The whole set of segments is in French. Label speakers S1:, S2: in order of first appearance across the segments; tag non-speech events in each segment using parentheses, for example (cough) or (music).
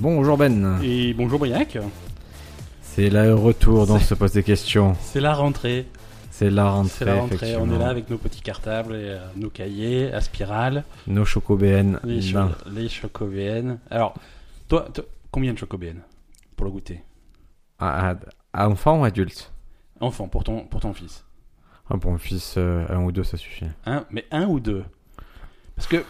S1: Bonjour Ben.
S2: Et bonjour Briac.
S1: C'est le retour dans ce poste des questions.
S2: C'est la rentrée.
S1: C'est la rentrée.
S2: C'est la rentrée. On
S1: effectivement.
S2: est là avec nos petits cartables et euh, nos cahiers à spirale,
S1: Nos chocobéennes.
S2: les, cho-
S1: Ben,
S2: les chocobéennes. Alors, toi, toi, combien de chocobéennes pour le goûter
S1: à, à- à enfant ou adulte
S2: Enfant, pour ton, pour ton fils.
S1: Ah, Pour un fils, euh, un ou deux, ça suffit.
S2: Un, mais un ou deux Parce que.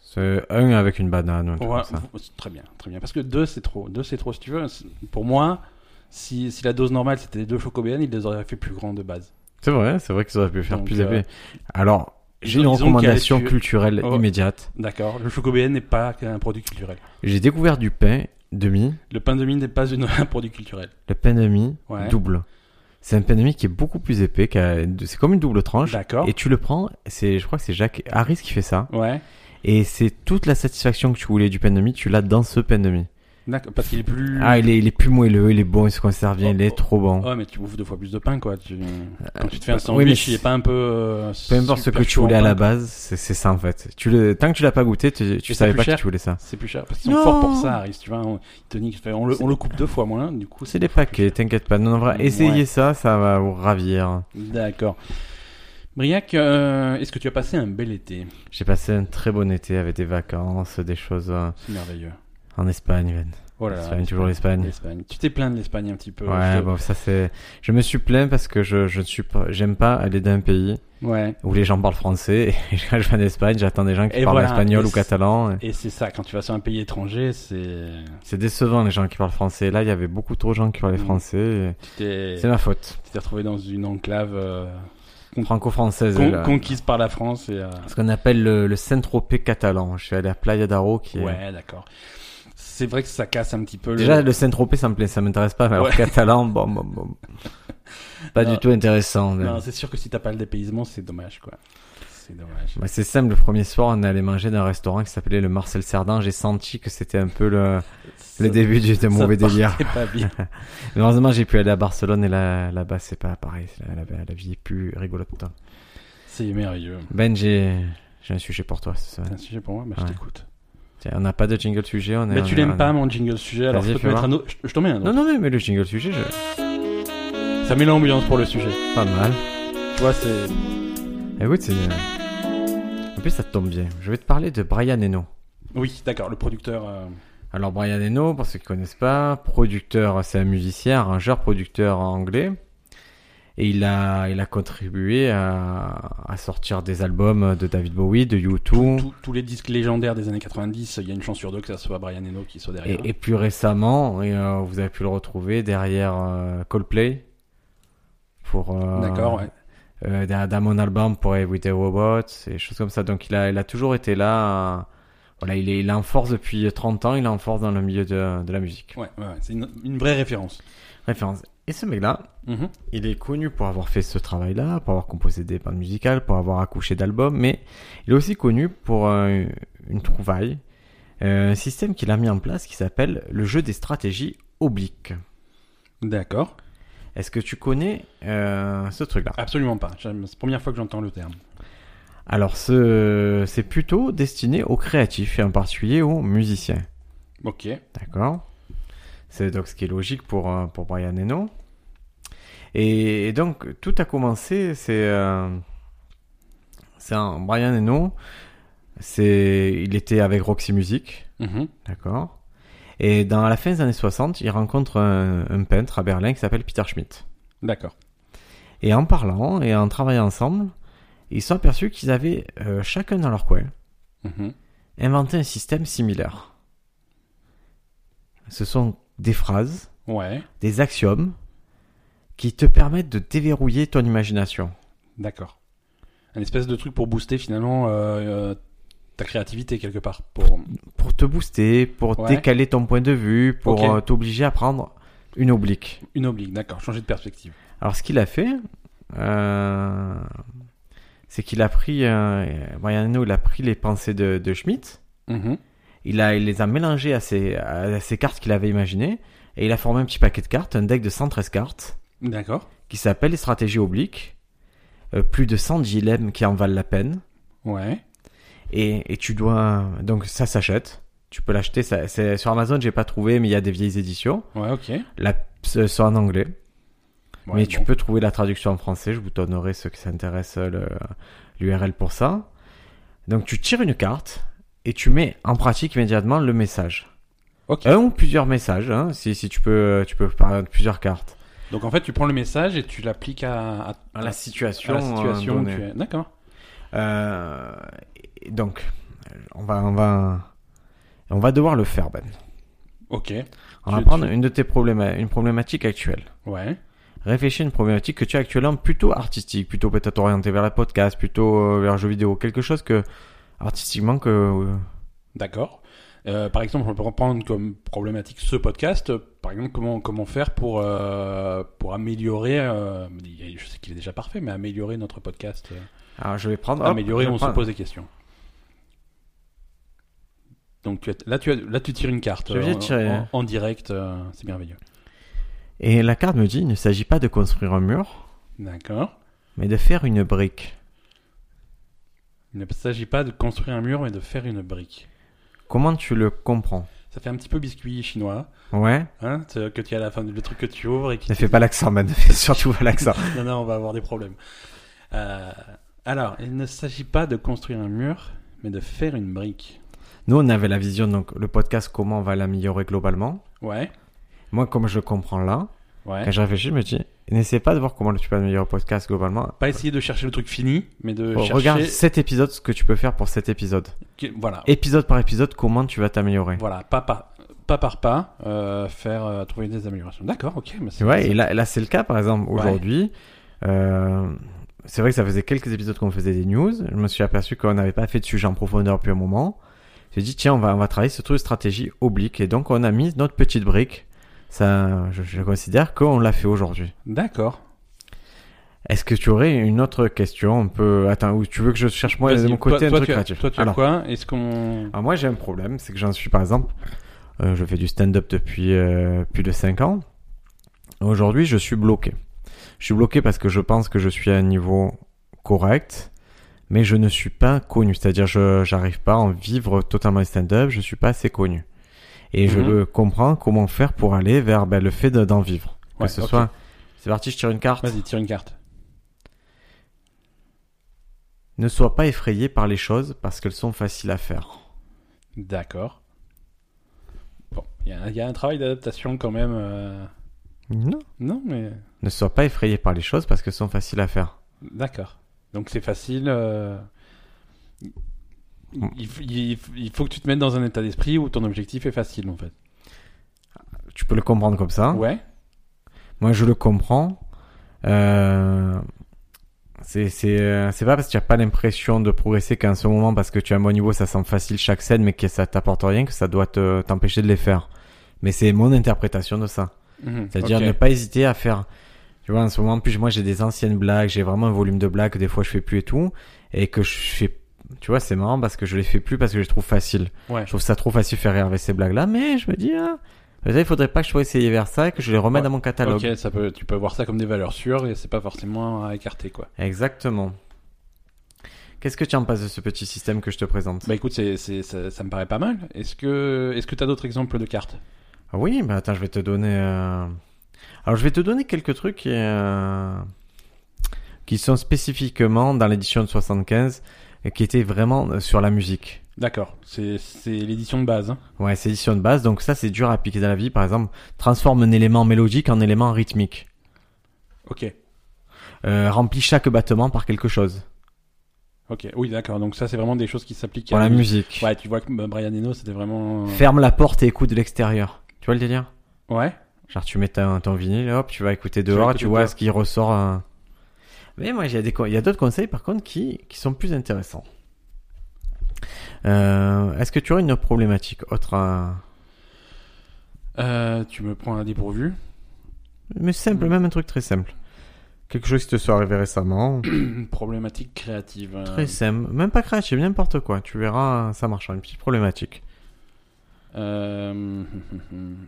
S1: C'est un avec une banane. ou un truc
S2: Ouais,
S1: comme ça.
S2: v- très bien, très bien. Parce que deux, c'est trop. Deux, c'est trop, si tu veux. C'est- Pour moi, si, si la dose normale c'était deux chocobéennes, ils les auraient fait plus grands de base.
S1: C'est vrai, c'est vrai qu'ils auraient pu faire
S2: Donc,
S1: plus
S2: euh,
S1: épais. Alors, j'ai
S2: ils
S1: une
S2: ont- ils ont
S1: recommandation
S2: qu'à être-
S1: culturelle
S2: Oh.
S1: immédiate.
S2: D'accord Le chocobéenne n'est pas un produit culturel.
S1: J'ai découvert du pain demi,
S2: Le pain de mie n'est pas une- (laughs) un produit culturel.
S1: le pain demi
S2: Ouais.
S1: double. C'est un pain demi qui est beaucoup plus épais, qu'à- c'est comme une double tranche.
S2: D'accord
S1: Et tu le prends, c'est, je crois que c'est Jacques Harris qui fait ça.
S2: Ouais.
S1: Et c'est toute la satisfaction que tu voulais du pain de mie, tu l'as dans ce pain de mie.
S2: D'accord, parce qu'il est plus.
S1: Ah, il est, il est plus moelleux, il est bon, il se conserve bien,
S2: Oh,
S1: il est
S2: oh,
S1: trop bon.
S2: Mm.
S1: Euh,
S2: Ouais, mais tu bouffes deux fois plus de pain, quoi. Tu... Quand tu te fais un
S1: oui,
S2: sandwich,
S1: mais
S2: il est
S1: c'est-
S2: pas un peu. euh,
S1: Peu importe ce
S2: super
S1: que tu
S2: chaud en
S1: voulais à
S2: pain.
S1: la base, c'est c'est ça en fait. Tu le, tant que tu l'as pas goûté, tu, tu
S2: Et c'est
S1: savais
S2: plus
S1: pas
S2: cher
S1: que tu voulais ça.
S2: C'est plus cher. Parce qu'ils sont
S1: Non.
S2: forts pour ça, Harris. Tu vois, on, ils te niquent. Enfin, on, le, on le coupe deux fois moins, du coup.
S1: C'est des paquets, t'inquiète pas. Non, en vrai,
S2: Ouais.
S1: essayez ça, ça va vous ravir.
S2: D'accord. Briac, euh, est-ce que tu as passé un bel été
S1: J'ai passé un très bon été avec des vacances, des choses euh,
S2: C'est merveilleux.
S1: en Espagne, Ben.
S2: Oh là là,
S1: L'Espagne, toujours l'Espagne.
S2: l'Espagne. Tu t'es plaint de l'Espagne un petit peu.
S1: Ouais,
S2: je-
S1: bon, ça c'est. Je me suis plaint parce que je, je ne suis pas, j'aime pas aller d'un pays
S2: ouais.
S1: où les gens parlent français. (laughs) Et quand je vais en Espagne, j'attends des gens qui
S2: Et
S1: parlent
S2: voilà.
S1: espagnol
S2: Et
S1: ou
S2: c'est-
S1: catalan. et
S2: Et c'est ça, quand tu vas sur un pays étranger, c'est.
S1: C'est décevant les gens qui parlent français. Et Là, il y avait beaucoup trop de gens qui parlaient
S2: Mm.
S1: français.
S2: Tu
S1: et
S2: t'es
S1: C'est ma faute.
S2: tu t'es retrouvé dans une enclave euh, Con-
S1: Franco-française.
S2: con-
S1: là.
S2: conquise par la France et. euh,
S1: Ce qu'on appelle le, le Saint-Tropez catalan. Je suis allé à Playa d'Aro qui est-
S2: Ouais, d'accord. C'est vrai que ça casse un petit peu
S1: Déjà,
S2: le.
S1: le Saint-Tropez, ça me plaît, ça m'intéresse pas. Mais alors,
S2: Ouais. (laughs)
S1: catalan, bon, bon, bon. Pas
S2: Non.
S1: du tout intéressant. mais-
S2: Non, c'est sûr que si t'as pas le dépaysement, c'est dommage, quoi. C'est dommage.
S1: Bah, c'est simple, le premier soir, on allait manger dans un restaurant qui s'appelait le Marcel Cerdan. J'ai senti que c'était un peu le,
S2: Ça-
S1: le début du de
S2: ça
S1: mauvais
S2: partait
S1: délire.
S2: pas
S1: (laughs)
S2: bien.
S1: Mais heureusement, j'ai pu aller à Barcelone et là, là-bas, c'est pas pareil. Là, là-bas, la vie est plus rigolote.
S2: C'est merveilleux.
S1: Ben, j'ai j'ai un sujet pour toi. cette semaine.
S2: C'est un sujet pour moi, bah,
S1: Ouais.
S2: je t'écoute.
S1: Tiens, on n'a pas de jingle sujet. On est-
S2: Mais
S1: on
S2: tu
S1: est- on
S2: l'aimes
S1: est-
S2: pas, mon jingle sujet, alors
S1: Vas-y,
S2: je peux te
S1: fais
S2: mettre
S1: voir.
S2: un autre. Je, je t'en mets un
S1: Non,
S2: autre.
S1: non, mais, mais le jingle sujet, je...
S2: Ça met l'ambiance pour le sujet.
S1: pas mal.
S2: Tu vois, c'est.
S1: Écoute, c'est... euh, En plus, ça tombe bien. Je vais te parler de Brian Eno.
S2: Oui, d'accord, le producteur. euh,
S1: Alors, Brian Eno, pour ceux qui connaissent pas, producteur, c'est un musicien, arrangeur, producteur anglais. Et il a, il a contribué à, à sortir des albums de David Bowie, de U2.
S2: tous- tous les disques légendaires des années 90, il y a une chance sur deux que ça soit Brian Eno qui soit derrière.
S1: Et, et plus récemment, et, euh, vous avez pu le retrouver derrière euh, Coldplay. Pour, euh,
S2: D'accord, ouais.
S1: euh, d'un- d'un mon album pour Everyday Robots et choses comme ça. Donc il a, il a toujours été là. euh, Voilà, il est, il est en force depuis 30 ans, il est en force dans le milieu de, de la musique.
S2: Ouais, ouais, ouais, c'est une, une vraie référence.
S1: Référence. Et ce mec-là,
S2: Mhm.
S1: il est connu pour avoir fait ce travail-là, pour avoir composé des bandes musicales, pour avoir accouché d'albums, mais il est aussi connu pour euh, une trouvaille, euh, un système qu'il a mis en place qui s'appelle le jeu des stratégies obliques.
S2: D'accord.
S1: Est-ce que tu connais euh, ce truc-là
S2: Absolument pas. J'aime- C'est la première fois que j'entends le terme.
S1: Alors, ce, c'est plutôt destiné aux créatifs et en particulier aux musiciens.
S2: Ok.
S1: D'accord C'est donc ce qui est logique pour, euh, pour Brian Eno. Et, et donc, tout a commencé, c'est. euh, c'est un- Brian Eno, c'est, il était avec Roxy Music.
S2: Mhm.
S1: D'accord Et dans, à la fin des années 60, il rencontre un, un peintre à Berlin qui s'appelle Peter Schmidt.
S2: D'accord.
S1: Et en parlant et en travaillant ensemble, ils se sont aperçus qu'ils avaient, euh, chacun dans leur coin,
S2: Mhm.
S1: inventé un système similaire. Ce sont des phrases,
S2: Ouais.
S1: des axiomes, qui te permettent de déverrouiller ton imagination.
S2: D'accord. Un espèce de truc pour booster finalement euh, euh, ta créativité quelque part. Pour...
S1: Pour te booster, pour
S2: Ouais.
S1: décaler ton point de vue, pour
S2: Ok.
S1: euh, t'obliger à prendre une oblique.
S2: Une oblique, d'accord. Changer de perspective.
S1: Alors ce qu'il a fait, euh, c'est qu'il a pris, euh, Brian Eno, il a pris les pensées de, de Schmitt,
S2: Mhm.
S1: il, a, il les a mélangées à ses, à ses cartes qu'il avait imaginées, et il a formé un petit paquet de cartes, un deck de 113 cartes,
S2: D'accord.
S1: qui s'appelle les stratégies obliques. Euh, plus de 100 dilemmes qui en valent la peine.
S2: Ouais.
S1: Et, et tu dois. Donc ça s'achète. Tu peux l'acheter. ça- c'est- Sur Amazon, j'ai pas trouvé, mais il y a des vieilles éditions.
S2: Ouais, ok. Ouais,
S1: La, ce sont en anglais. mais tu
S2: bon.
S1: peux trouver la traduction en français, je vous donnerai ceux qui s'intéressent euh, le- l'URL pour ça. Donc tu tires une carte et tu mets en pratique immédiatement le message.
S2: Ok.
S1: Un ou Ah plusieurs messages, hein, si, si tu peux, tu peux parler de plusieurs cartes. Ah,
S2: Donc en fait, tu prends le message et tu l'appliques à, à,
S1: À la
S2: à
S1: situation.
S2: la
S1: euh,
S2: situation où
S1: donnée.
S2: tu es. D'accord.
S1: Euh, et donc, on va, on va, on va devoir le faire, Ben.
S2: Ok.
S1: On
S2: Tu-
S1: va prendre une de tes probléma- une problématique actuelle.
S2: Ouais.
S1: Réfléchis à une problématique que tu as actuellement plutôt artistique, plutôt peut-être orientée vers la podcast, plutôt euh, vers le jeu vidéo, quelque chose que artistiquement que euh,
S2: D'accord. Euh, par exemple, on peut prendre comme problématique ce podcast. euh, Par exemple, comment, comment faire pour, euh, pour améliorer. euh, il y a- je sais qu'il est déjà parfait, mais améliorer notre podcast. euh,
S1: alors je vais prendre hop,
S2: améliorer,
S1: Ah, je
S2: on
S1: prends-
S2: se pose des questions. Donc tu as- là, tu as- là, tu tires une carte
S1: Je viens
S2: euh,
S1: de tirer.
S2: en, en direct. euh, c'est merveilleux.
S1: Et la carte me dit, il ne s'agit pas de construire un mur,
S2: D'accord.
S1: mais de faire une brique.
S2: Il ne s'agit pas de construire un mur, mais de faire une brique.
S1: Comment tu le comprends
S2: Ça fait un petit peu biscuit chinois,
S1: Ouais,
S2: hein, ce- que tu as à la fin, le truc que tu ouvres et qui
S1: ne fais pas l'accent, man. (laughs) Fais surtout pas l'accent.
S2: non, non, on va avoir des problèmes. Euh, alors, il ne s'agit pas de construire un mur, mais de faire une brique.
S1: Nous, on avait la vision, donc le podcast, comment on va l'améliorer globalement.
S2: Ouais,
S1: Moi, comme je le comprends là,
S2: ouais.
S1: quand je réfléchis, je me dis, n'essaie pas de voir comment tu peux améliorer le podcast globalement.
S2: Pas essayer de chercher le truc fini, mais de
S1: Oh,
S2: chercher.
S1: Regarde cet épisode, ce que tu peux faire pour cet épisode.
S2: que- Voilà,
S1: épisode par épisode, comment tu vas t'améliorer.
S2: voilà, pas par pas, par pas euh, faire euh, trouver des améliorations. D'accord, ok, mais
S1: Tu vois, et là, là c'est le cas, par exemple,
S2: Ouais.
S1: aujourd'hui. euh, c'est vrai que ça faisait quelques épisodes qu'on faisait des news. Je me suis aperçu qu'on n'avait pas fait de sujet en profondeur depuis un moment. J'ai dit, tiens, on va, on va travailler ce truc de stratégie oblique. Et donc, on a mis notre petite brique. Ça, je, je considère qu'on l'a fait aujourd'hui.
S2: D'accord.
S1: Est-ce que tu aurais une autre question un peu... Attends, ou tu veux que je cherche moi
S2: Vas-y,
S1: de mon
S2: toi-
S1: côté un
S2: toi,
S1: truc
S2: tu as-
S1: créatif
S2: Toi, tu as
S1: Alors,
S2: quoi Est-ce qu'on
S1: Alors Ah, moi j'ai un problème, c'est que j'en suis par exemple, euh, je fais du stand-up depuis euh, plus de 5 ans. Aujourd'hui je suis bloqué. Je suis bloqué parce que je pense que je suis à un niveau correct, mais je ne suis pas connu. C'est-à-dire je j'arrive pas à en vivre totalement le stand-up, je suis pas assez connu. Et je
S2: Mhm.
S1: le comprends comment faire pour aller vers ben, le fait de- d'en vivre. Que
S2: Ouais,
S1: ce
S2: ok.
S1: soit... C'est parti, je tire une carte.
S2: Vas-y, tire une carte.
S1: Ne sois pas effrayé par les choses parce qu'elles sont faciles à faire.
S2: D'accord. Bon, il y, a- il y a un travail d'adaptation quand même. euh,
S1: Non.
S2: Non, mais
S1: Ne sois pas effrayé par les choses parce qu'elles sont faciles à faire.
S2: D'accord. Donc c'est facile. euh,
S1: Mm.
S2: Il, il- il- il faut que tu te mettes dans un état d'esprit où ton objectif est facile en fait.
S1: Tu peux le comprendre comme ça.
S2: Ouais.
S1: Moi, je le comprends. Euh, c'est c'est euh, c'est pas parce que tu as pas l'impression de progresser qu'à un seul moment, parce que tu as un bon niveau, ça semble facile chaque scène, mais que ça t'apporte rien, que ça doit te- t'empêcher de les faire. Mais c'est mon interprétation de ça.
S2: Mhm.
S1: C'est-à-dire
S2: Ok.
S1: ne pas hésiter à faire. Tu vois, en ce moment, en plus, moi, j'ai des anciennes blagues, j'ai vraiment un volume de blagues que des fois je fais plus et tout, et que je fais. Tu vois, c'est marrant parce que je les fais plus parce que je les trouve faciles.
S2: Ouais.
S1: Je trouve ça trop facile de faire rire avec ces blagues-là, mais je me dis, ah, peut-être il faudrait pas que je sois essayé vers ça et que je les remette
S2: Ouais.
S1: dans mon catalogue.
S2: Ok, ça peut, tu peux voir ça comme des valeurs sûres et c'est pas forcément à écarter quoi.
S1: Exactement. Qu'est-ce que tu en penses de ce petit système que je te présente
S2: Bah écoute, c'est, c'est- ça, ça me paraît pas mal. Est-ce que, est-ce que t'as d'autres exemples de cartes
S1: Ah Oui, bah attends, je vais te donner. euh, Alors, je vais te donner quelques trucs qui, euh, qui sont spécifiquement dans l'édition de 75 et qui étaient vraiment euh, sur la musique.
S2: D'accord. C'est, c'est l'édition de base. hein.
S1: Ouais, c'est l'édition de base, donc ça, c'est dur à appliquer dans la vie. Par exemple, transforme un élément mélodique en élément rythmique.
S2: Ok.
S1: Euh, remplis chaque battement par quelque chose.
S2: Ok. Oui, d'accord. Donc ça, c'est vraiment des choses qui s'appliquent.
S1: Pour
S2: à
S1: la musique.
S2: Ouais, tu vois que bah, Brian Eno, c'était vraiment.
S1: Ferme la porte et écoute de l'extérieur. Tu vois le délire
S2: Ouais.
S1: Genre tu mets ta- ton vinyle, hop, tu vas écouter
S2: vas
S1: dehors,
S2: écouter
S1: tu vois
S2: dehors.
S1: ce qui ressort. hein. Mais moi, il y a des con- il y a d'autres conseils par contre qui, qui sont plus intéressants. Euh, Est-ce que tu aurais une problématique autre à-
S2: Euh, tu me prends à dépourvu. (clears throat)
S1: Mais simple,
S2: Mm.
S1: même un truc très simple. Quelque chose qui te soit arrivé récemment.
S2: Une problématique créative. euh,
S1: très simple, même pas créatif, n'importe quoi. Tu verras, ça marchera, une petite problématique.
S2: Euh, (laughs)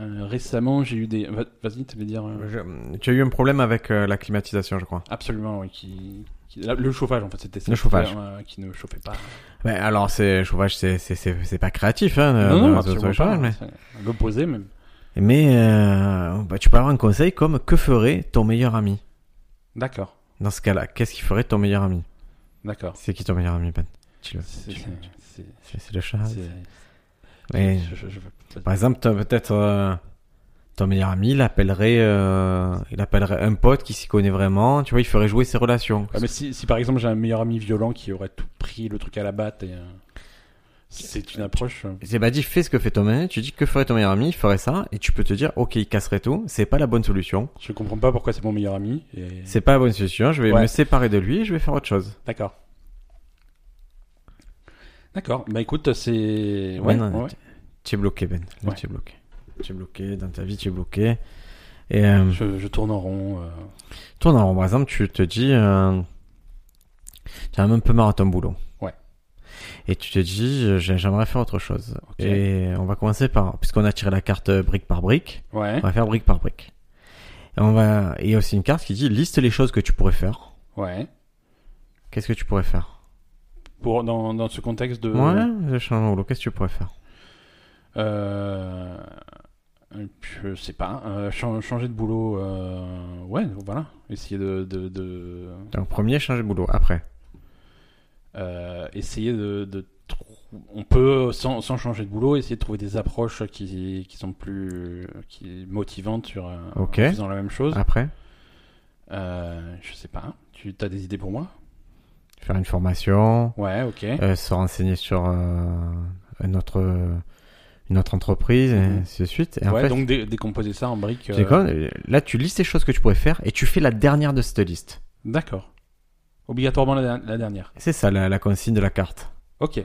S2: euh, récemment, j'ai eu des. va-
S1: Hmm.
S2: Vas-y, tu veux dire. euh,
S1: Je- Tu as eu un problème avec euh, la climatisation, je crois.
S2: Absolument, oui. Qui, qui qui- la- le chauffage en fait, c'était ça
S1: Le chauffage.
S2: euh, qui ne chauffait pas.
S1: Ouais, Ben, alors, c'est chauffage, c'est c'est- c'est- c'est pas créatif. Hein, de-
S2: non, non,
S1: de- de- de-
S2: absolument
S1: de-
S2: pas.
S1: mais-
S2: C'est L'opposé même.
S1: Mais euh, bah, tu peux avoir un conseil comme que ferait ton meilleur ami
S2: D'accord,
S1: Dans ce cas-là, qu'est-ce qu'il ferait ton meilleur ami
S2: d'accord.
S1: C'est qui ton meilleur ami, Ben Tu le-
S2: C'est-
S1: tu-
S2: c'est-
S1: C'est c'est le chat.
S2: c'est-
S1: Et,
S2: je- je- je-
S1: par exemple, t'as peut-être euh, ton meilleur ami, il appellerait, euh, il appellerait un pote qui s'y connaît vraiment. Tu vois, il ferait jouer ses relations.
S2: Ouais, mais si, si, par exemple j'ai un meilleur ami violent qui aurait tout pris le truc à la batte et euh, c'est une approche. euh,
S1: C'est pas dit fais ce que fait ton meilleur ami, tu dis que ferait ton meilleur ami, il ferait ça, et tu peux te dire ok il casserait tout, c'est pas la bonne solution,
S2: Je comprends pas pourquoi c'est mon meilleur ami. Et...
S1: c'est pas la bonne solution, je vais
S2: Ouais.
S1: me séparer de lui, je vais faire autre chose.
S2: D'accord. D'accord. Bah écoute, c'est.
S1: Ouais,
S2: Ouais,
S1: non,
S2: ouais.
S1: Tu es bloqué Ben, Là,
S2: Ouais.
S1: tu es bloqué. Tu es bloqué dans ta vie, tu es bloqué. Et euh,
S2: Je, je tourne en rond. euh,
S1: toi dans par exemple tu te dis euh, t'as un peu marre de ton boulot.
S2: Ouais.
S1: Et tu te dis euh, j'ai- j'aimerais faire autre chose.
S2: Ok.
S1: Et on va commencer par puisqu'on a tiré la carte euh, brique par brique,
S2: Ouais.
S1: on va faire brique par brique. Et on va il y a aussi une carte qui dit liste les choses que tu pourrais faire.
S2: Ouais.
S1: Qu'est-ce que tu pourrais faire
S2: Pour, dans, dans ce contexte de.
S1: Ouais, le changement de boulot, qu'est-ce que tu pourrais faire
S2: Euh, Je sais pas. euh, chan- changer de boulot. euh, Ouais, voilà. Essayer de. de, de-
S1: Donc, premier, changer de boulot. Après,
S2: euh, essayer de. de trou- on peut, sans, sans changer de boulot, essayer de trouver des approches qui, qui sont plus qui, motivantes sur, euh,
S1: Ok. Ah.
S2: en faisant la même chose.
S1: après,
S2: Euh, je sais pas. Tu as des idées pour moi
S1: faire une formation,
S2: Ouais, ok.
S1: euh, se renseigner sur euh, un autre, une autre entreprise, et
S2: Mhm.
S1: ainsi de suite. Et
S2: ouais,
S1: après,
S2: donc dé- décomposer ça en briques.
S1: tu
S2: euh,
S1: sais quoi Là, tu listes les choses que tu pourrais faire et tu fais la dernière de cette liste.
S2: D'accord. Obligatoirement la, der- la dernière.
S1: C'est ça la, la consigne de la carte.
S2: Ok.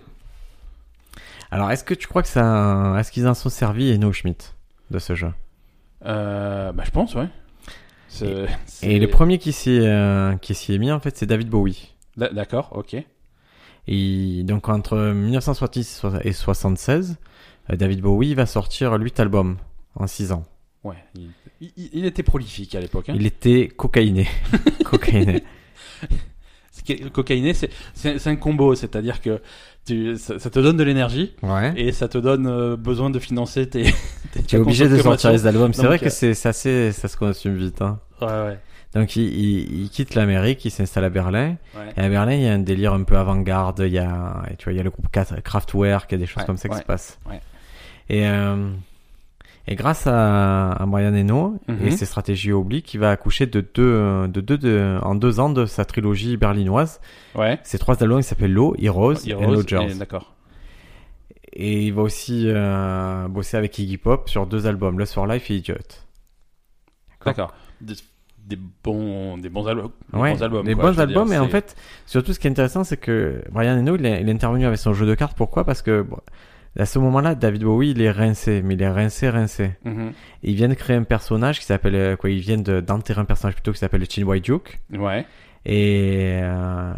S1: Alors, est-ce que tu crois que ça, est-ce qu'ils en sont servis et nous, Schmidt, de ce jeu
S2: Euh, bah, je pense, ouais. C'est- (laughs) c'est-
S1: Et le premier qui s'y, euh, qui s'y est mis, en fait, c'est David Bowie.
S2: D'a- D'accord, ok.
S1: Et donc entre 1970 et 76, euh, David Bowie va sortir 8 albums en 6 ans.
S2: Ouais. Il, il- il était prolifique à l'époque. hein.
S1: Il était
S2: (laughs)
S1: cocaïné. cocaïné.
S2: Ce qui est- Cocaïné, c'est- c'est c'est un combo, c'est-à-dire que tu, ça, ça te donne de l'énergie
S1: Ouais.
S2: et ça te donne euh, besoin de financer tes. (laughs) tes-
S1: Tu
S2: ta
S1: es obligé de sortir
S2: consommation.
S1: les albums. C'est
S2: Donc,
S1: vrai
S2: euh,
S1: que c'est c'est assez, ça se consomme vite. Hein.
S2: Ouais, ouais.
S1: Donc il, il- il quitte l'Amérique, il s'installe à Berlin.
S2: ouais.
S1: Et à Berlin, il y a un délire un peu avant-garde. Il y a, tu vois, il y a le groupe Kat- Kraftwerk, il y a des choses
S2: Ouais,
S1: comme ça qui
S2: ouais,
S1: se passent.
S2: ouais.
S1: Et euh, et grâce à, à Brian Eno
S2: Mhm.
S1: et ses stratégies obliques, il va accoucher de deux, de deux, de, en deux ans de sa trilogie berlinoise.
S2: Ouais.
S1: Ses trois albums qui s'appellent Low, Heroes, et
S2: Heroes,
S1: Lodgers.
S2: et- D'accord.
S1: Et... il va aussi euh, bosser avec Iggy Pop sur deux albums, Lust for Life et Idiot.
S2: D'accord. Des, des bons, des bons albums. Des
S1: Ouais,
S2: bons albums.
S1: Des
S2: quoi,
S1: bons
S2: je veux dire,
S1: albums, et en
S2: c'est-
S1: fait, surtout ce qui est intéressant, c'est que Brian Eno, il est, il est intervenu avec son jeu de cartes. Pourquoi Parce que bon, à ce moment-là, David Bowie, il est rincé, mais il est rincé, rincé.
S2: Mhm.
S1: Et ils viennent de créer un personnage qui s'appelle. euh, Quoi Ils viennent de- d'enterrer un personnage plutôt qui s'appelle le Chin White Duke.
S2: Ouais.
S1: Et. euh,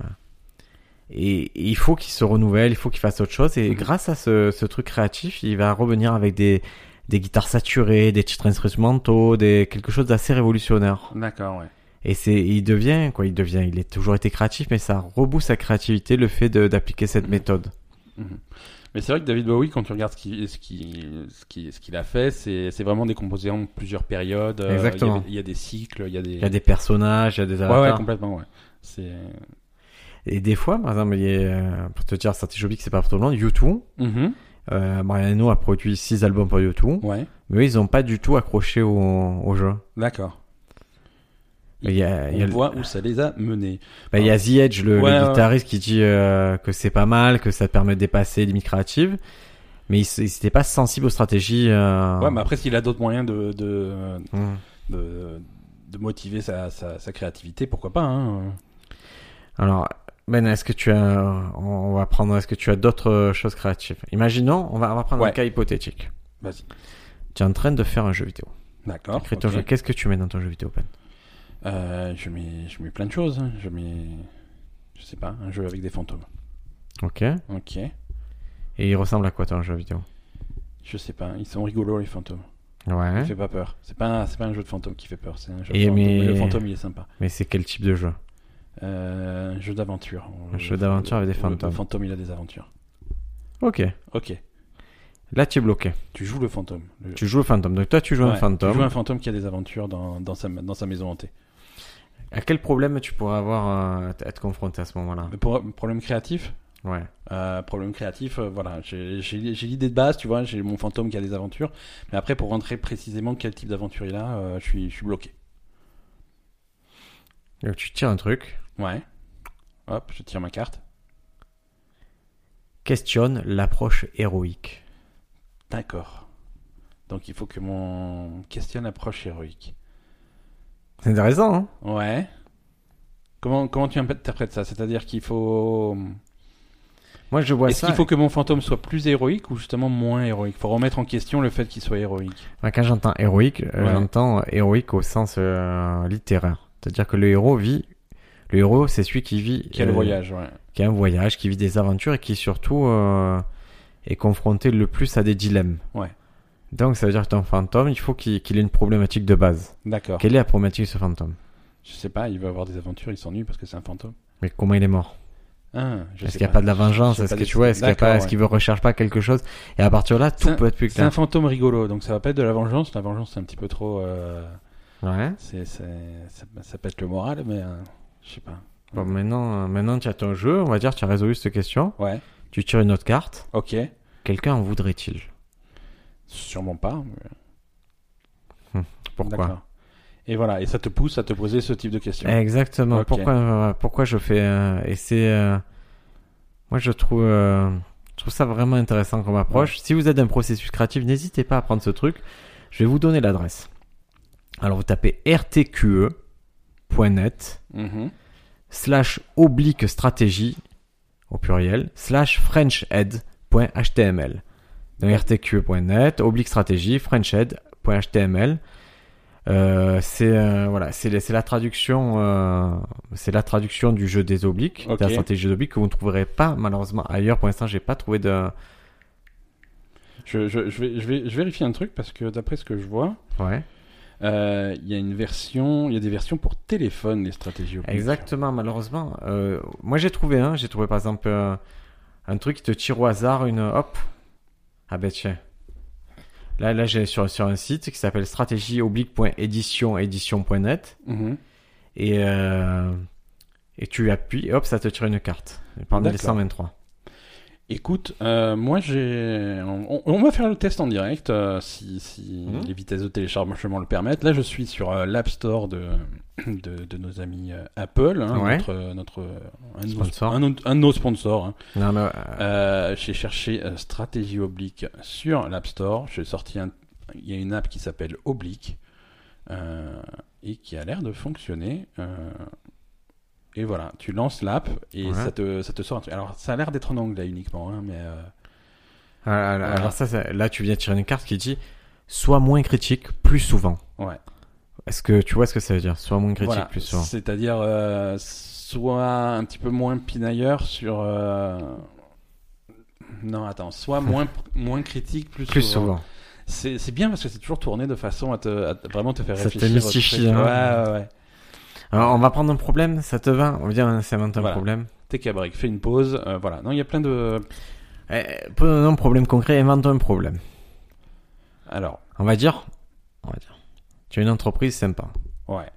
S1: et et il faut qu'il se renouvelle, il faut qu'il fasse autre chose. Et
S2: Mhm.
S1: grâce à ce, ce truc créatif, il va revenir avec des, des guitares saturées, des titres instrumentaux, des, quelque chose d'assez révolutionnaire.
S2: D'accord, ouais.
S1: Et c'est, il devient, quoi, il devient, il a toujours été créatif, mais ça rebousse sa créativité le fait de- d'appliquer cette
S2: Mhm.
S1: méthode.
S2: Mais c'est vrai que David Bowie, quand tu regardes ce qu'il ce qui, ce qui, ce qu'il a fait, c'est c'est vraiment décomposé en plusieurs périodes. Euh,
S1: Exactement.
S2: Il y, a des- il y a des cycles, il y a des.
S1: Il y a des personnages, il y a des
S2: Ouais, ouais,
S1: avatars.
S2: complètement, ouais. C'est.
S1: et des fois, par exemple, il y a, euh, pour te dire, stratégie oblique, c'est pas pour tout le monde, YouTube,
S2: Mhm.
S1: euh, Mariano a produit six albums pour YouTube,
S2: Ouais,
S1: mais eux, ils ont pas du tout accroché au, au jeu.
S2: d'accord.
S1: Il y a,
S2: On
S1: il y a, le-
S2: voit où ça les a menés.
S1: bah, il y a The Edge, le, le
S2: Ouais, ouais.
S1: guitariste, qui dit euh, que c'est pas mal, que ça te permet de dépasser les limites créatives, mais ils ils étaient pas sensibles aux stratégies. euh,
S2: Ouais, mais après, s'il a d'autres moyens de, de,
S1: hmm.
S2: de, de motiver sa, sa, sa créativité, pourquoi pas, hein.
S1: Alors, Ben, est-ce que tu as, on va prendre, est-ce que tu as d'autres euh, choses créatives Imaginons, on va, on va prendre un
S2: Ouais.
S1: cas hypothétique.
S2: Vas-y.
S1: Tu es en train de faire un jeu vidéo.
S2: D'accord.
S1: Crée ton
S2: ok.
S1: jeu. Qu'est-ce que tu mets dans ton jeu vidéo, Ben
S2: Euh, je, mets, je mets plein de choses. hein. Je mets. Je sais pas, un jeu avec des fantômes.
S1: Ok.
S2: Ok.
S1: Et il ressemble à quoi ton jeu vidéo
S2: Je sais pas, ils sont rigolos les fantômes. Ça
S1: Ouais.
S2: fait pas peur. C'est pas, un- c'est pas un jeu de fantôme qui fait peur, c'est un jeu
S1: Hein Et
S2: de fantôme.
S1: mais-
S2: Le fantôme il est sympa.
S1: Mais c'est quel type de jeu
S2: Euh, un jeu d'aventure.
S1: Un jeu d'aventure avec des
S2: Où le
S1: fantômes.
S2: fantôme, il a des aventures.
S1: Ok.
S2: Ok.
S1: Là, tu es bloqué.
S2: Tu joues le fantôme. Le-
S1: Tu joues le fantôme. Donc toi, tu joues
S2: Ouais,
S1: un fantôme.
S2: Tu joues un fantôme qui a des aventures dans, dans sa, dans sa maison hantée.
S1: À quel problème tu pourrais avoir euh, à être confronté à ce moment-là
S2: Le pro- problème créatif
S1: Ouais.
S2: Euh, problème créatif, euh, voilà, j'ai j'ai- j'ai l'idée de base, tu vois, j'ai mon fantôme qui a des aventures, mais après pour rentrer précisément quel type d'aventure il a, euh, je suis je suis bloqué.
S1: Donc tu tires un truc,
S2: Ouais. Hop, je tire ma carte.
S1: questionne l'approche héroïque.
S2: D'accord. Donc il faut que mon questionne approche héroïque.
S1: C'est intéressant, hein
S2: Ouais. Comment comment tu interprètes ça C'est-à-dire qu'il faut
S1: Moi, je vois
S2: est-ce
S1: ça.
S2: qu'il faut que mon fantôme soit plus héroïque ou justement moins héroïque Faut remettre en question le fait qu'il soit héroïque.
S1: Enfin, quand j'entends héroïque, euh,
S2: Ouais.
S1: j'entends euh, héroïque au sens euh, littéraire. C'est-à-dire que le héros vit. Le héros, c'est celui qui vit.
S2: Quel
S1: euh,
S2: voyage, ouais.
S1: Qui a un voyage, qui vit des aventures et qui surtout euh, est confronté le plus à des dilemmes.
S2: Ouais.
S1: Donc, ça veut dire que ton fantôme, il faut qu'il qu'il ait une problématique de base.
S2: D'accord.
S1: Quelle est la problématique de ce fantôme
S2: Je sais pas, il veut avoir des aventures, il s'ennuie parce que c'est un fantôme.
S1: Mais comment il est mort
S2: Ah, je
S1: Est-ce
S2: sais
S1: qu'il n'y a
S2: pas.
S1: pas de la vengeance
S2: J'ai
S1: Est-ce
S2: pas
S1: que
S2: décidé.
S1: tu vois Est-ce qu'il ne
S2: D'accord, ouais.
S1: veut recherche pas quelque chose Et à partir de là,
S2: C'est
S1: tout
S2: un-
S1: peut être plus
S2: C'est un
S1: clair.
S2: fantôme rigolo, donc ça va pas être de la vengeance. La vengeance, c'est un petit peu trop. euh,
S1: Ouais.
S2: c'est, c'est- ça, ça pète le moral, mais euh, je sais pas.
S1: Bon, maintenant, euh, maintenant, tu as ton jeu. On va dire, tu as résolu cette question.
S2: Ouais,
S1: Tu tires une autre carte.
S2: ok.
S1: Quelqu'un en voudrait-il
S2: Sûrement pas. mais-
S1: Pourquoi
S2: D'accord. Et voilà, et ça te pousse à te poser ce type de questions.
S1: Exactement.
S2: Ok.
S1: Pourquoi euh, Pourquoi je fais euh, Et c'est. euh, Moi, je trouve. euh, Je trouve ça vraiment intéressant comme approche. Si vous êtes d'un processus créatif, n'hésitez pas à prendre ce truc. Je vais vous donner l'adresse. Alors, vous tapez rtqe.net. Eh.
S2: Mhm.
S1: slash oblique stratégie au pluriel slash frenchhead.html donc rtq.net E oblique stratégie frenchhead.html euh, c'est euh, voilà c'est la- c'est la traduction euh, c'est la traduction du jeu des obliques
S2: Ok.
S1: de la stratégie des obliques que vous ne trouverez pas malheureusement ailleurs pour l'instant j'ai pas trouvé de
S2: Je, je, je vais, je, vais, je vérifie un truc parce que d'après ce que je vois,
S1: ouais
S2: euh, il y a une version, il y a des versions pour téléphone des stratégies. obliques.
S1: Exactement, malheureusement. Euh, moi, j'ai trouvé un. J'ai trouvé, par exemple, euh, un truc qui te tire au hasard une. Hop. Ah, ben, tiens. Là, là j'ai sur, sur un site qui s'appelle stratégieoblique.édition-édition.net
S2: Mhm.
S1: et, euh, et tu appuies et hop, ça te tire une carte parmi les
S2: D'accord.
S1: 123.
S2: Écoute, euh, moi j'ai. On, on va faire le test en direct euh, si, si
S1: Mhm.
S2: les vitesses de téléchargement le permettent. Là, je suis sur euh, l'App Store de, de, de nos amis euh, Apple, hein,
S1: Ouais.
S2: notre, notre, euh, un, de nos-
S1: Sponsor.
S2: un autre- un de nos sponsors. hein.
S1: Non, mais, euh,
S2: Euh, j'ai cherché euh, stratégie oblique sur l'App Store. J'ai sorti un. Il y a une app qui s'appelle Oblique euh, et qui a l'air de fonctionner. euh, et voilà, tu lances l'app et
S1: Ouais.
S2: ça, te, ça te sort un truc. Alors, ça a l'air d'être en anglais uniquement, hein, mais. euh,
S1: alors,
S2: voilà.
S1: alors ça, ça- là, tu viens de tirer une carte qui dit Sois moins critique plus souvent.
S2: Ouais.
S1: Est-ce que tu vois ce que ça veut dire Sois moins critique
S2: Voilà.
S1: plus souvent.
S2: C'est-à-dire euh, soit un petit peu moins pinailleur sur. euh, Non, attends, soit moins moins critique, plus,
S1: Plus
S2: souvent.
S1: souvent.
S2: C'est c'est bien parce que c'est toujours tourné de façon à, te, à te- vraiment te faire
S1: Ça te
S2: réfléchir. au
S1: mystifie,
S2: truc.
S1: hein.
S2: Ouais, ouais, ouais.
S1: Alors, on va prendre un problème, ça te va On va dire, c'est maintenant un
S2: Voilà.
S1: problème.
S2: T'es cabrique, fais une pause. euh, voilà. Non, il y a plein de.
S1: Euh, prenons un problème concret, inventons un problème.
S2: Alors,
S1: On va dire, on va dire, tu as une entreprise sympa
S2: ouais,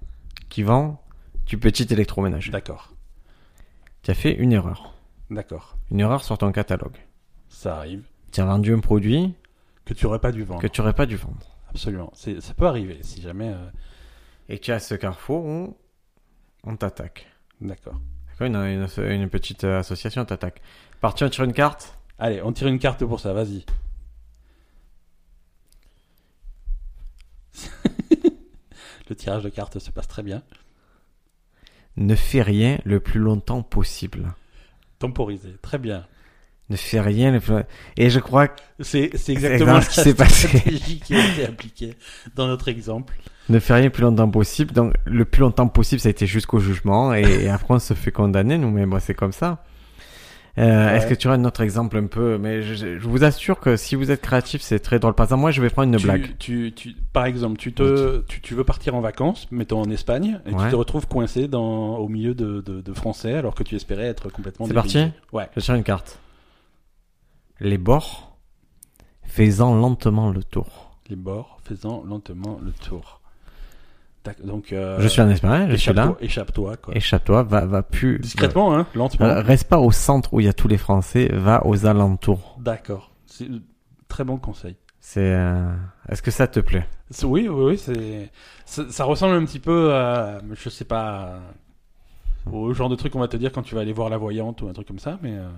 S1: qui vend du petit électroménager.
S2: d'accord,
S1: Tu as fait une erreur.
S2: d'accord.
S1: Une erreur sur ton catalogue.
S2: Ça arrive.
S1: Tu as vendu un produit
S2: Que tu aurais pas dû vendre.
S1: que tu aurais pas dû vendre.
S2: Absolument. C'est- Ça peut arriver si jamais. euh,
S1: Et tu as ce carrefour où on t'attaque.
S2: D'accord.
S1: D'accord, Une, une- une petite euh, association t'attaque. Parti, on tire une carte.
S2: Allez, on tire une carte pour ça. Vas-y. (laughs) Le tirage de cartes se passe très bien.
S1: Ne fais rien le plus longtemps possible.
S2: Temporisé, très bien.
S1: Ne fais rien le plus... Et je crois que
S2: C'est c'est
S1: exactement
S2: exactement
S1: ce qui s'est
S2: la
S1: Eh ben, passé.
S2: stratégie (laughs) qui a été appliquée dans notre exemple.
S1: Ne faire rien le plus longtemps possible. Donc, le plus
S2: (laughs)
S1: longtemps possible, ça a été jusqu'au jugement. Et, et après, on se fait condamner, nous. Mais bon, c'est comme ça. Euh,
S2: Ouais.
S1: Est-ce que tu aurais un autre exemple un peu Mais je, je vous assure que si vous êtes créatif, c'est très drôle. Par exemple, moi, je vais prendre une
S2: tu,
S1: blague.
S2: tu- tu- par exemple, tu, te, tu, tu veux partir en vacances, mettons en Espagne, et
S1: Ouais.
S2: tu te retrouves coincé dans, au milieu de, de, de Français alors que tu espérais être complètement
S1: C'est parti
S2: dépaysé. Ouais.
S1: Je tire une carte. Les bords, faisant lentement le tour.
S2: Les bords faisant lentement le tour. Tac, Donc, euh,
S1: je suis en Espagne, je suis là.
S2: échappe-toi, échappe-toi, quoi.
S1: Échappe-toi, va, va plus.
S2: Discrètement, hein, lentement.
S1: Euh, reste pas au centre où il y a tous les Français, va aux alentours.
S2: D'accord. C'est très bon conseil.
S1: C'est. euh, Est-ce que ça te plaît
S2: C'est- Oui, oui, oui, c'est ça, ça ressemble un petit peu à je sais pas à- au genre de truc qu'on va te dire quand tu vas aller voir la voyante ou un truc comme ça, mais euh,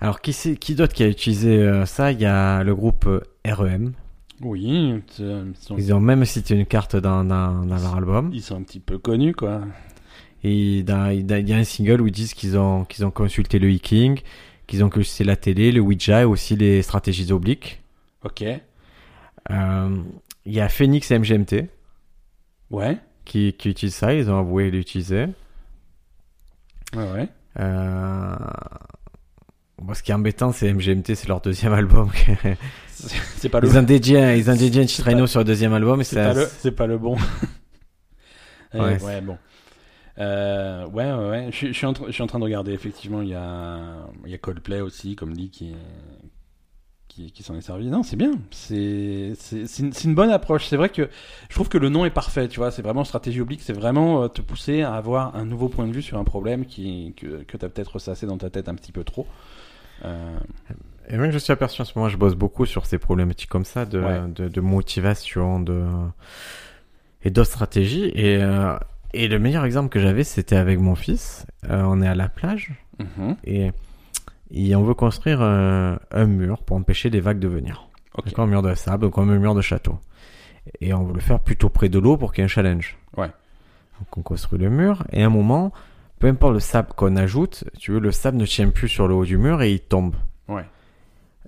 S1: Alors, qui, c'est- qui d'autre qui a utilisé euh, ça Il y a le groupe euh, REM.
S2: oui, c'est- ils sont,
S1: Ils ont même cité une carte dans, dans, dans leur album.
S2: ils sont un petit peu connus quoi.
S1: Et dans- il y a un single où ils disent qu'ils ont, qu'ils ont consulté le hacking, qu'ils ont consulté la télé, le Ouija et aussi les stratégies obliques.
S2: Ok,
S1: Euh, il y a Phoenix et MGMT
S2: ouais,
S1: qui, qui utilisent ça, ils ont avoué l'utiliser.
S2: ouais, ouais.
S1: Euh... bon, ce qui est embêtant, c'est MGMT, c'est leur deuxième (laughs) album.
S2: C'est c'est pas le
S1: ils ont dédié, un- ils ont dédié un
S2: C'est
S1: titre
S2: pas-
S1: à Eno sur le deuxième album. et
S2: c'est
S1: ça-
S2: pas le c'est pas le bon. Euh,
S1: Ouais,
S2: ouais,
S1: c'est-
S2: bon. Euh, ouais, ouais, ouais. Je, suis- je suis en train- je suis en train de regarder. Effectivement, il y a, il y a Coldplay aussi, comme dit, qui, qui, qui s'en est servi. Non, c'est bien. C'est, c'est, c'est une, c'est une bonne approche. C'est vrai que je trouve que le nom est parfait. Tu vois, c'est vraiment stratégie oblique. C'est vraiment euh, te pousser à avoir un nouveau point de vue sur un problème qui, que, que t'as peut-être ressassé dans ta tête un petit peu trop. Euh,
S1: Et même je suis aperçu en ce moment, je bosse beaucoup sur ces problématiques comme ça, de,
S2: Ouais.
S1: de, de motivation, de et d'autres stratégies. Et, euh, et le meilleur exemple que j'avais, c'était avec mon fils. Euh, on est à la plage
S2: mhm.
S1: et, et on veut construire euh, un mur pour empêcher les vagues de venir.
S2: Ok.
S1: D'accord, un mur de sable, donc comme un mur de château. Et on veut le faire plutôt près de l'eau pour qu'il y ait un challenge.
S2: Ouais.
S1: Donc on construit le mur et à un moment, peu importe le sable qu'on ajoute, tu veux, le sable ne tient plus sur le haut du mur et il tombe
S2: Ouais,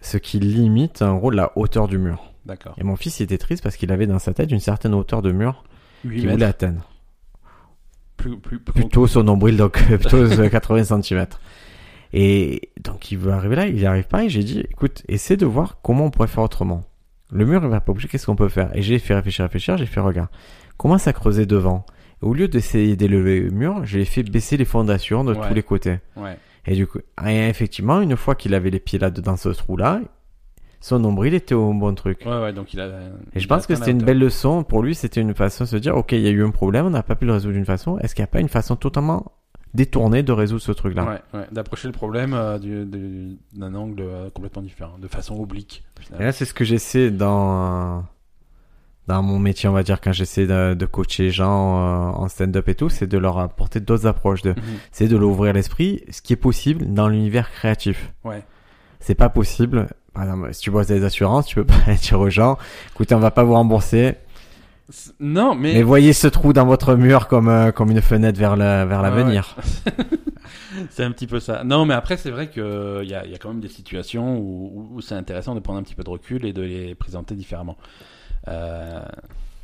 S1: ce qui limite en gros la hauteur du mur.
S2: d'accord.
S1: Et mon fils il était triste parce qu'il avait dans sa tête une certaine hauteur de mur
S2: Huit
S1: qu'il
S2: mètres.
S1: voulait atteindre.
S2: Plus, plus, plus-
S1: Plutôt son nombril, donc (laughs) euh, plutôt euh, 80 cm. Et donc il veut arriver là, il n'y arrive pas, et j'ai dit, écoute, essaie de voir comment on pourrait faire autrement. Le mur il va pas bouger, qu'est-ce qu'on peut faire Et j'ai fait réfléchir, réfléchir, j'ai fait, regarde, commence à creuser devant. Et au lieu d'essayer d'élever le mur, j'ai fait baisser les fondations de
S2: Ouais.
S1: tous les côtés.
S2: Ouais,
S1: Et du coup, et effectivement, une fois qu'il avait les pieds là dans ce trou-là, son nombril était au bon truc.
S2: ouais, ouais. Donc il a.
S1: Et je
S2: il a
S1: pense que
S2: atteint la
S1: c'était une
S2: hauteur.
S1: belle leçon. Pour lui, c'était une façon de se dire, OK, il y a eu un problème, on n'a pas pu le résoudre d'une façon. Est-ce qu'il n'y a pas une façon totalement détournée de résoudre ce truc-là
S2: Ouais, ouais, d'approcher le problème euh, du- du- d'un angle euh, complètement différent, de façon oblique.
S1: Et
S2: finalement.
S1: là, c'est ce que j'essaie dans, dans mon métier, on va dire, quand j'essaie de, de coacher les gens euh, en stand-up et tout, c'est de leur apporter d'autres approches. De,
S2: Mhm.
S1: c'est de leur ouvrir l'esprit, ce qui est possible dans l'univers créatif.
S2: Ouais.
S1: C'est pas possible. Par exemple, si tu bosses des assurances, tu peux pas (laughs) dire aux gens, écoutez, on va pas vous rembourser,
S2: C'est- Non, mais,
S1: mais voyez ce trou dans votre mur comme, euh, comme une fenêtre vers le- vers
S2: Ouais,
S1: l'avenir.
S2: c'est un petit peu ça. Non, mais après, c'est vrai qu'il y a, il y a quand même des situations où, où- où c'est intéressant de prendre un petit peu de recul et de les présenter différemment. Euh,